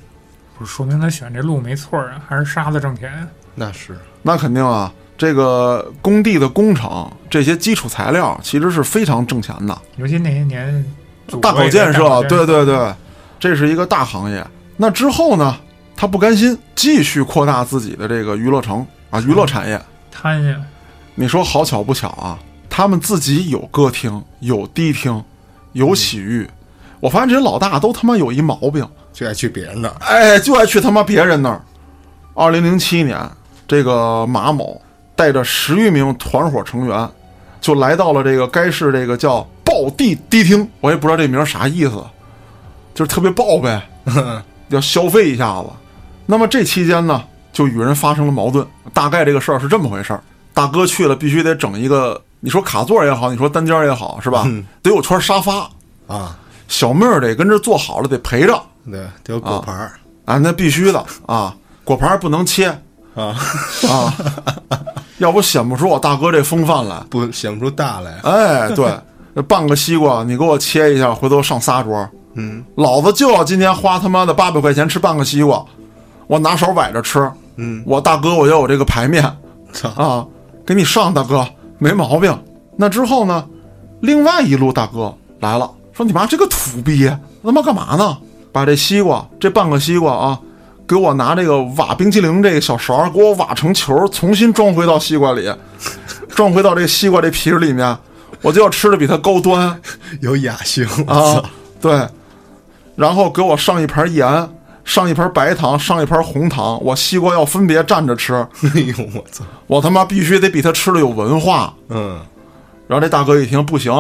[SPEAKER 3] 不是说明他选这路没错儿啊，还是沙子挣钱。
[SPEAKER 2] 那是
[SPEAKER 1] 那肯定啊，这个工地的工程这些基础材料其实是非常挣钱的。
[SPEAKER 3] 尤其那些年，祖
[SPEAKER 1] 大
[SPEAKER 3] 国
[SPEAKER 1] 搞
[SPEAKER 3] 也在
[SPEAKER 1] 建
[SPEAKER 3] 大
[SPEAKER 1] 设
[SPEAKER 3] 搞，建
[SPEAKER 1] 对对对，这是一个大行业。那之后呢，他不甘心，继续扩大自己的这个娱乐城啊，娱乐产业。
[SPEAKER 3] 贪呀，
[SPEAKER 1] 你说好巧不巧啊，他们自己有歌厅，有迪厅，
[SPEAKER 3] 嗯
[SPEAKER 1] 有洗浴。我发现这些老大都他妈有一毛病，
[SPEAKER 2] 就爱去别人那儿，
[SPEAKER 1] 哎，就爱去他妈别人那儿。二零零七年，这个马某带着十余名团伙成员，就来到了这个该市这个叫暴地迪厅，我也不知道这名儿啥意思，就是特别暴呗，要消费一下子。那么这期间呢，就与人发生了矛盾。大概这个事儿是这么回事儿：大哥去了，必须得整一个，你说卡座也好，你说单间儿也好，是吧？得有圈沙发，
[SPEAKER 2] 啊，
[SPEAKER 1] 小妹儿得跟这坐好了，得陪着。
[SPEAKER 2] 对，得有果盘儿
[SPEAKER 1] 啊，那必须的啊，果盘儿不能切
[SPEAKER 2] 啊， (laughs)
[SPEAKER 1] 啊， (laughs) 要不显不出我大哥这风范来。
[SPEAKER 2] 不显不出大来，
[SPEAKER 1] 哎，对，那半个西瓜你给我切一下，回头上仨桌。
[SPEAKER 2] 嗯，
[SPEAKER 1] 老子就要今天花他妈的八百块钱吃半个西瓜，我拿手崴着吃。
[SPEAKER 2] 嗯，
[SPEAKER 1] 我大哥我要有这个排面
[SPEAKER 2] 操
[SPEAKER 1] 啊，给你上大哥没毛病。那之后呢，另外一路大哥来了，说你妈这个土鳖，他妈干嘛呢？把这西瓜这半个西瓜啊，给我拿这个挖冰淇淋这个小勺儿给我挖成球儿，重新装回到西瓜里， (laughs) 装回到这西瓜这皮儿里面，我就要吃的比它高端。
[SPEAKER 2] 有雅兴 (laughs)
[SPEAKER 1] 啊，，对，然后给我上一盘盐，上一盘白糖，上一盘红糖，我西瓜要分别蘸着吃，
[SPEAKER 2] 哎呦我操，
[SPEAKER 1] 我他妈必须得比他吃的有文化。
[SPEAKER 2] 嗯
[SPEAKER 1] 然后这大哥一听不行，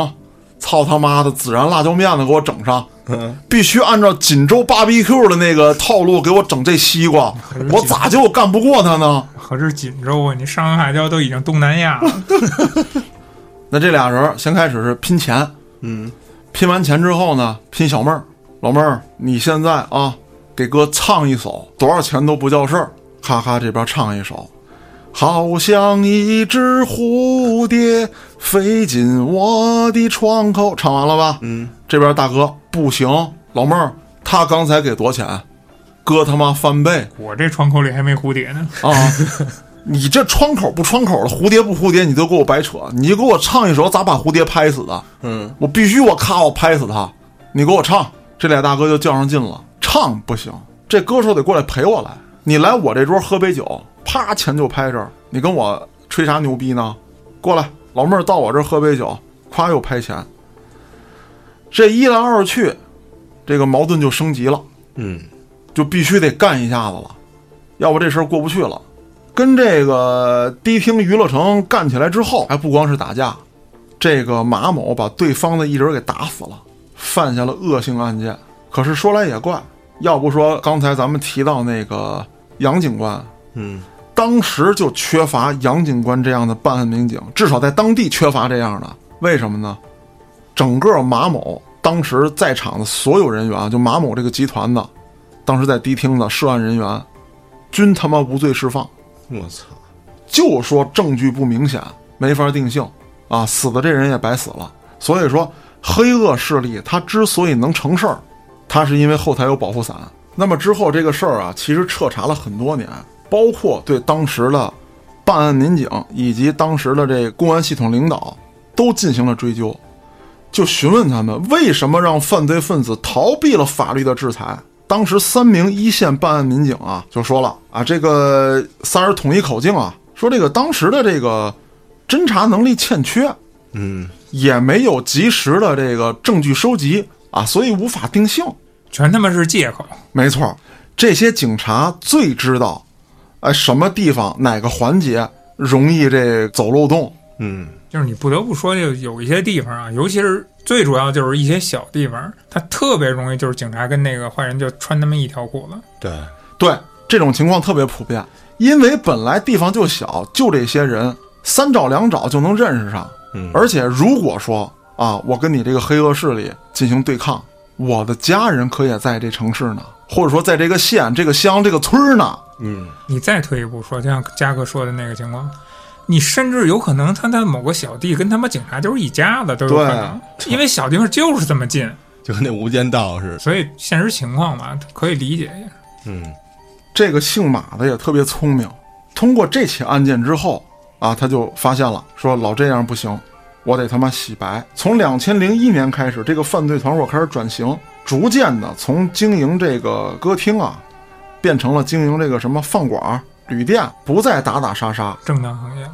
[SPEAKER 1] 操他妈的孜然辣椒面子给我整上，
[SPEAKER 2] 嗯，
[SPEAKER 1] 必须按照锦州 BBQ 的那个套路给我整这西瓜，我咋就干不过他呢？
[SPEAKER 3] 何止锦州啊，你上海礁都已经东南
[SPEAKER 1] (laughs)
[SPEAKER 3] 亚了。
[SPEAKER 1] 那这俩人先开始是拼钱，
[SPEAKER 2] 嗯，
[SPEAKER 1] 拼完钱之后呢，拼小妹儿，老妹儿，你现在啊，给哥唱一首，多少钱都不叫事儿。哈哈，这边唱一首，好像一只蝴蝶飞进我的窗口。唱完了吧？嗯，这边大哥不行，老妹儿，他刚才给多少钱？哥他妈翻倍
[SPEAKER 3] 我这窗口里还没蝴蝶呢，
[SPEAKER 1] 啊！ (laughs) 你这窗口不窗口的，蝴蝶不蝴蝶，你都给我白扯！你给我唱一首咋把蝴蝶拍死的？
[SPEAKER 2] 嗯，
[SPEAKER 1] 我必须我咔我拍死他，你给我唱。这俩大哥就较上劲了，唱不行，这歌手得过来陪我来。你来我这桌喝杯酒，啪钱就拍这儿，你跟我吹啥牛逼呢？过来，老妹儿到我这儿喝杯酒，夸又拍钱。这一来二去，这个矛盾就升级了，
[SPEAKER 2] 嗯，
[SPEAKER 1] 就必须得干一下子了，要不这事儿过不去了。跟这个迪厅娱乐城干起来之后，还不光是打架，这个马某把对方的一人给打死了，犯下了恶性案件。可是说来也怪，要不说刚才咱们提到那个杨警官，
[SPEAKER 2] 嗯，
[SPEAKER 1] 当时就缺乏杨警官这样的办案民警，至少在当地缺乏这样的。为什么呢？整个马某当时在场的所有人员啊，就马某这个集团的，当时在迪厅的涉案人员，均他妈无罪释放。
[SPEAKER 2] 我操，
[SPEAKER 1] 就说证据不明显，没法定性啊，死的这人也白死了。所以说，黑恶势力他之所以能成事儿，他是因为后台有保护伞。那么之后这个事儿啊，其实彻查了很多年，包括对当时的办案民警以及当时的这公安系统领导都进行了追究，就询问他们为什么让犯罪分子逃避了法律的制裁。当时三名一线办案民警啊，就说了啊，这个仨人统一口径啊，说这个当时的这个侦查能力欠缺，
[SPEAKER 2] 嗯，
[SPEAKER 1] 也没有及时的这个证据收集啊，所以无法定性。
[SPEAKER 3] 全他妈是借口。
[SPEAKER 1] 没错，这些警察最知道，哎，什么地方哪个环节容易这走漏洞。
[SPEAKER 2] 嗯，
[SPEAKER 3] 就是你不得不说，就有一些地方啊，尤其是最主要就是一些小地方，它特别容易就是警察跟那个坏人就穿他们一条裤子。
[SPEAKER 2] 对，
[SPEAKER 1] 对，这种情况特别普遍，因为本来地方就小，就这些人，三找两找就能认识上。
[SPEAKER 2] 嗯，
[SPEAKER 1] 而且如果说啊，我跟你这个黑恶势力进行对抗，我的家人可也在这城市呢，或者说在这个县、这个乡、这个村儿呢。
[SPEAKER 2] 嗯，
[SPEAKER 3] 你再退一步说，就像嘉哥说的那个情况，你甚至有可能他在某个小弟跟他妈警察就是一家子都有可能，因为小地方就是这么近。
[SPEAKER 2] 就跟那《无间道》似的。
[SPEAKER 3] 所以现实情况嘛，可以理解。
[SPEAKER 2] 嗯，
[SPEAKER 1] 这个姓马的也特别聪明，通过这起案件之后啊，他就发现了，说老这样不行，我得他妈洗白。从两千零一年开始，这个犯罪团伙开始转型，逐渐的从经营这个歌厅啊，变成了经营这个什么饭馆儿、旅店，不再打打杀杀，
[SPEAKER 3] 正当行业，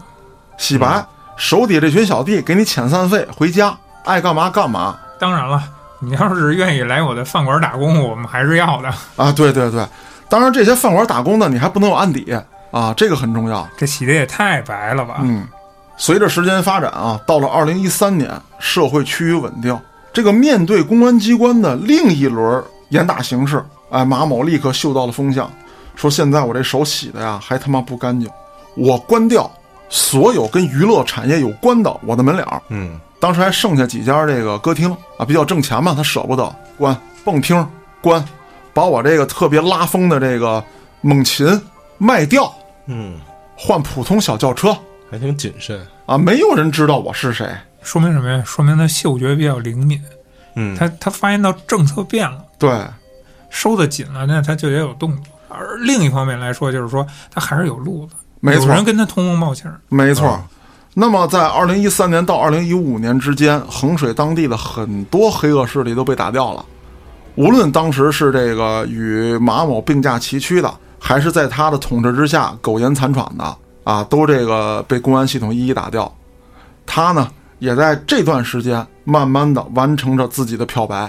[SPEAKER 1] 洗白。手底下这群小弟给你遣散费，回家爱干嘛干嘛
[SPEAKER 3] 当然了，你要是愿意来我的饭馆打工，我们还是要的。
[SPEAKER 1] 啊！对对对，当然这些饭馆打工的你还不能有案底啊，这个很重要。
[SPEAKER 3] 这洗的也太白了吧？
[SPEAKER 1] 嗯，随着时间发展啊，到了二零一三年，社会趋于稳定。这个面对公安机关的另一轮严打形势，哎，马某立刻嗅到了风向，说现在我这手洗的呀，还他妈不干净，我关掉所有跟娱乐产业有关的我的门脸儿。
[SPEAKER 2] 嗯，
[SPEAKER 1] 当时还剩下几家这个歌厅啊，比较挣钱嘛，他舍不得关蹦厅关，把我这个特别拉风的这个猛禽卖掉，
[SPEAKER 2] 嗯，
[SPEAKER 1] 换普通小轿车
[SPEAKER 2] 还挺谨慎。
[SPEAKER 1] 啊，没有人知道我是谁。
[SPEAKER 3] 说明什么呀？说明他嗅觉比较灵敏，
[SPEAKER 2] 嗯，
[SPEAKER 3] 他他发现到政策变了，
[SPEAKER 1] 对，
[SPEAKER 3] 收的紧了，那他就得有动作。而另一方面来说，就是说他还是有路子，
[SPEAKER 1] 没错
[SPEAKER 3] 有人跟他通风报信儿。
[SPEAKER 1] 没错。那么，在二零一三年到二零一五年之间，衡水当地的很多黑恶势力都被打掉了。无论当时是这个与马某并驾齐驱的，还是在他的统治之下苟延残喘的啊，都这个被公安系统一一打掉。他呢，也在这段时间慢慢的完成着自己的漂白。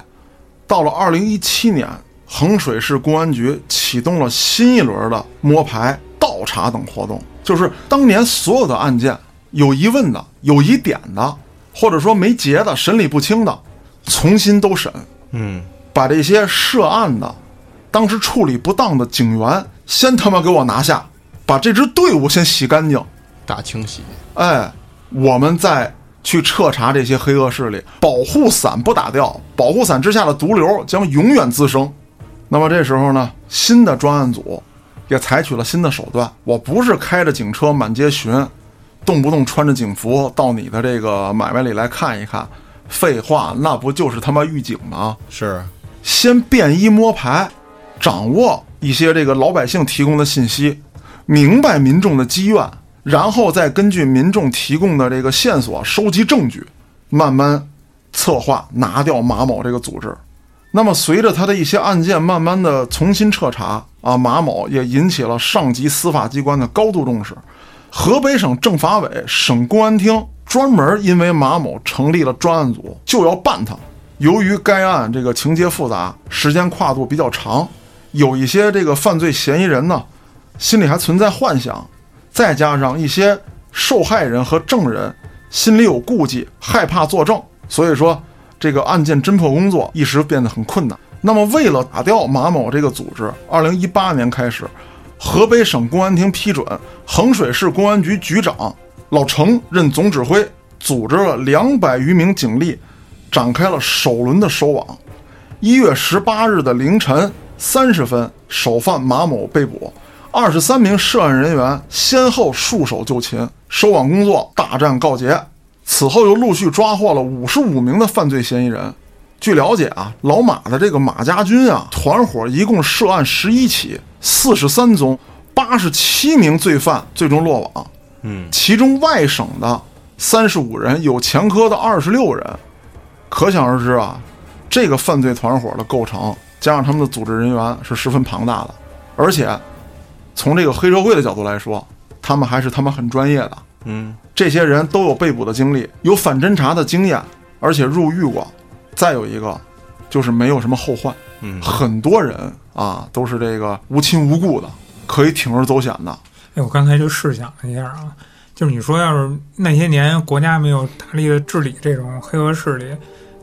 [SPEAKER 1] 到了二零一七年，衡水市公安局启动了新一轮的摸排、倒查等活动，就是当年所有的案件有疑问的、有疑点的，或者说没结的、审理不清的，重新都审，
[SPEAKER 2] 嗯，
[SPEAKER 1] 把这些涉案的、当时处理不当的警员先他妈给我拿下，把这支队伍先洗干净。
[SPEAKER 2] 大清洗。
[SPEAKER 1] 哎，我们再去彻查这些黑恶势力，保护伞不打掉，保护伞之下的毒瘤将永远滋生。那么这时候呢，新的专案组也采取了新的手段，我不是开着警车满街巡，动不动穿着警服到你的这个买卖里来看一看。废话，那不就是他妈预警吗？
[SPEAKER 2] 是，
[SPEAKER 1] 先便衣摸排，掌握一些这个老百姓提供的信息，明白民众的积怨，然后再根据民众提供的这个线索收集证据，慢慢策划拿掉马某这个组织。那么，随着他的一些案件慢慢的重新彻查啊，马某也引起了上级司法机关的高度重视。河北省政法委、省公安厅专门因为马某成立了专案组，就要办他。由于该案这个情节复杂，时间跨度比较长，有一些这个犯罪嫌疑人呢，心里还存在幻想，再加上一些受害人和证人心里有顾忌，害怕作证，所以说这个案件侦破工作一时变得很困难。那么，为了打掉马某这个组织，二零一八年开始，河北省公安厅批准衡水市公安局局长老程任总指挥，组织了两百余名警力，展开了首轮的收网。一月十八日的凌晨三十分，首犯马某被捕，二十三名涉案人员先后束手就擒，收网工作大战告捷。此后又陆续抓获了五十五名的犯罪嫌疑人。据了解啊，老马的这个马家军啊，团伙一共涉案十一起，四十三宗，八十七名罪犯最终落网。
[SPEAKER 2] 嗯，
[SPEAKER 1] 其中外省的三十五人，有前科的二十六人，可想而知啊，这个犯罪团伙的构成加上他们的组织人员是十分庞大的，而且从这个黑社会的角度来说，他们还是他们很专业的，
[SPEAKER 2] 嗯，
[SPEAKER 1] 这些人都有被捕的经历，有反侦查的经验，而且入狱过。再有一个，就是没有什么后患。
[SPEAKER 2] 嗯
[SPEAKER 1] 很多人啊都是这个无亲无故的，可以铤而走险的。
[SPEAKER 3] 哎，我刚才就试想了一下啊，就是你说要是那些年国家没有大力的治理这种黑恶势力，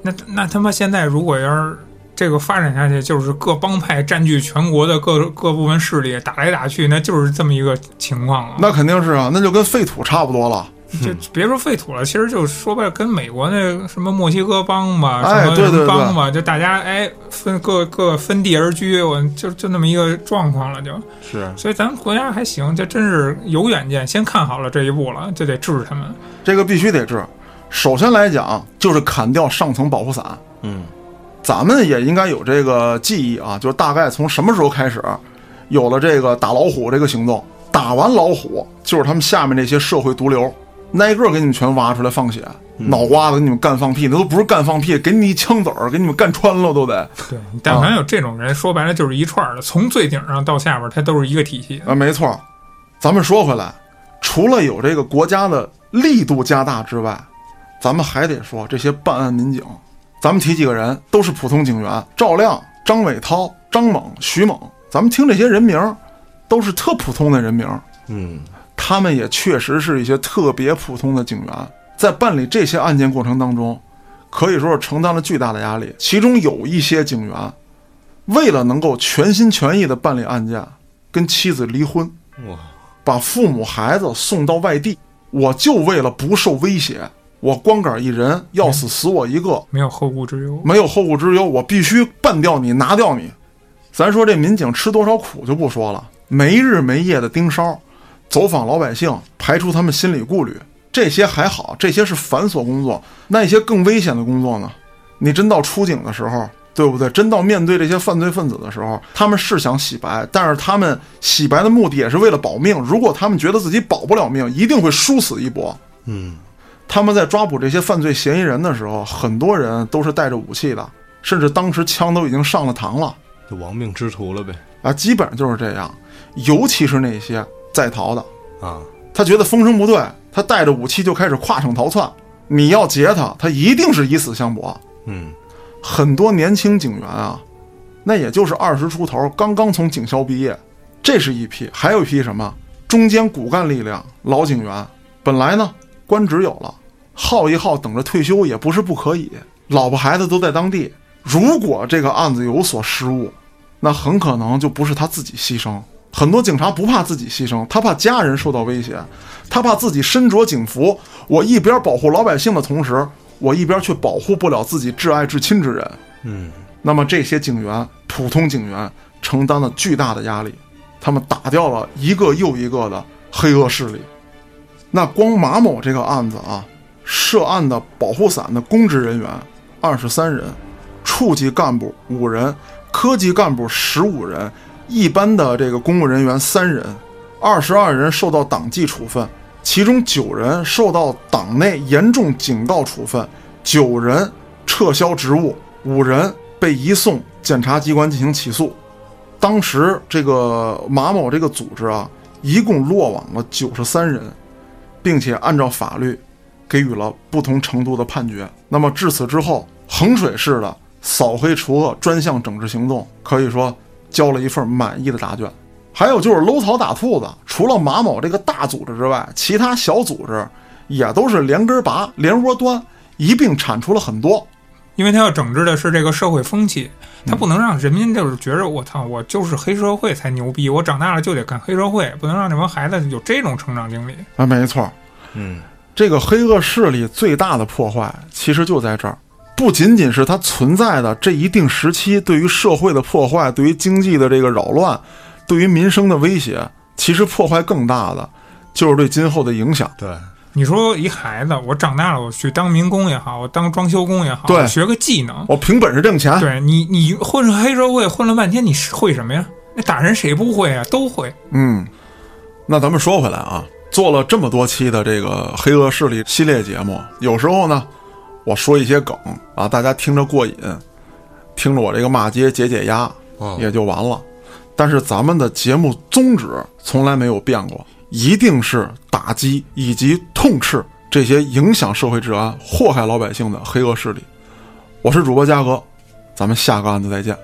[SPEAKER 3] 那那他妈现在如果要是这个发展下去，就是各帮派占据全国的各各部分势力打来打去，那就是这么一个情况了。
[SPEAKER 1] 那肯定是啊，那就跟废土差不多了。
[SPEAKER 3] 就别说废土了，其实就说白了，跟美国那个什么墨西哥帮吧，
[SPEAKER 1] 哎
[SPEAKER 3] 什么
[SPEAKER 1] 对对
[SPEAKER 3] 什么
[SPEAKER 1] 对
[SPEAKER 3] 帮吧，就大家哎分各各分地而居，我就就那么一个状况了就。
[SPEAKER 2] 是，
[SPEAKER 3] 所以咱们国家还行，这真是有远见，先看好了这一步了，就得治他们。
[SPEAKER 1] 这个必须得治。首先来讲，就是砍掉上层保护伞。
[SPEAKER 2] 嗯，
[SPEAKER 1] 咱们也应该有这个记忆啊，就是大概从什么时候开始，有了这个打老虎这个行动。打完老虎，就是他们下面那些社会毒瘤，挨个给你们全挖出来放血，脑瓜子给你们干放屁，那都不是干放屁，给你一枪子儿，给你们干穿了都得。
[SPEAKER 3] 对，但
[SPEAKER 1] 哦
[SPEAKER 3] 凡有这种人，说白了就是一串儿的，从最顶上到下边儿，它都是一个体系。
[SPEAKER 1] 啊，没错。咱们说回来，除了有这个国家的力度加大之外，咱们还得说这些办案民警。咱们提几个人都是普通警员，赵亮、张伟涛、张猛、徐猛，咱们听这些人名儿，都是特普通的人名儿。
[SPEAKER 2] 嗯，
[SPEAKER 1] 他们也确实是一些特别普通的警员，在办理这些案件过程当中，可以说是承担了巨大的压力。其中有一些警员，为了能够全心全意的办理案件，跟妻子离婚，
[SPEAKER 2] 哇，
[SPEAKER 1] 把父母孩子送到外地，我就为了不受威胁，我光杆一人，要死死我一个，
[SPEAKER 3] 没有后顾之忧。
[SPEAKER 1] 没有后顾之忧，我必须办掉你，拿掉你。咱说这民警吃多少苦就不说了，没日没夜的盯梢，走访老百姓，排除他们心理顾虑，这些还好，这些是繁琐工作。那些更危险的工作呢？你真到出警的时候，对不对？真到面对这些犯罪分子的时候，他们是想洗白，但是他们洗白的目的也是为了保命。如果他们觉得自己保不了命，一定会殊死一搏。
[SPEAKER 2] 嗯，
[SPEAKER 1] 他们在抓捕这些犯罪嫌疑人的时候，很多人都是带着武器的，甚至当时枪都已经上了膛了
[SPEAKER 2] 就亡命之徒了呗。
[SPEAKER 1] 啊，基本上就是这样。尤其是那些在逃的，
[SPEAKER 2] 啊，
[SPEAKER 1] 他觉得风声不对，他带着武器就开始跨省逃窜。你要劫他，他一定是以死相搏。
[SPEAKER 2] 嗯，
[SPEAKER 1] 很多年轻警员啊，那也就是二十出头，刚刚从警校毕业，这是一批；还有一批什么中间骨干力量老警员，本来呢官职有了，耗一耗，等着退休也不是不可以。老婆孩子都在当地，如果这个案子有所失误，那很可能就不是他自己牺牲。很多警察不怕自己牺牲，他怕家人受到威胁，他怕自己身着警服，我一边保护老百姓的同时，我一边却保护不了自己挚爱至亲之人。
[SPEAKER 2] 嗯，
[SPEAKER 1] 那么这些警员，普通警员承担了巨大的压力，他们打掉了一个又一个的黑恶势力。那光马某这个案子啊，涉案的保护伞的公职人员二十三人，处级干部五人，科级干部十五人，一般的这个公务人员三人，二十二人受到党纪处分，其中九人受到党内严重警告处分，九人撤销职务，五人被移送检察机关进行起诉。当时这个马某这个组织啊，一共落网了九十三人，并且按照法律给予了不同程度的判决。那么至此之后，衡水市的扫黑除恶专项整治行动可以说交了一份满意的答卷。还有就是搂草打兔子，除了马某这个大组织之外，其他小组织也都是连根拔、连窝端，一并铲除了很多。
[SPEAKER 3] 因为他要整治的是这个社会风气，他不能让人民就是觉着我操，我就是黑社会才牛逼，我长大了就得干黑社会，不能让这帮孩子有这种成长经历。
[SPEAKER 1] 啊，没错，
[SPEAKER 2] 嗯，
[SPEAKER 1] 这个黑恶势力最大的破坏，其实就在这儿，不仅仅是它存在的这一定时期对于社会的破坏，对于经济的这个扰乱，对于民生的威胁，其实破坏更大的就是对今后的影响。
[SPEAKER 2] 对，
[SPEAKER 3] 你说一孩子，我长大了，我去当民工也好，我当装修工也好，
[SPEAKER 1] 对
[SPEAKER 3] 我学个技能，
[SPEAKER 1] 我凭本事挣钱，
[SPEAKER 3] 对你， (laughs) 你混上黑社会混了半天，你是会什么呀？那打人谁不会啊？都会。
[SPEAKER 1] 嗯，那咱们说回来啊，做了这么多期的这个黑恶势力系列节目，有时候呢，我说一些梗啊，大家听着过瘾，听着我这个骂街解解压，
[SPEAKER 2] 哦
[SPEAKER 1] 也就完了。但是咱们的节目宗旨从来没有变过，一定是打击以及痛斥这些影响社会治安、祸害老百姓的黑恶势力。我是主播嘉哥，咱们下个案子再见。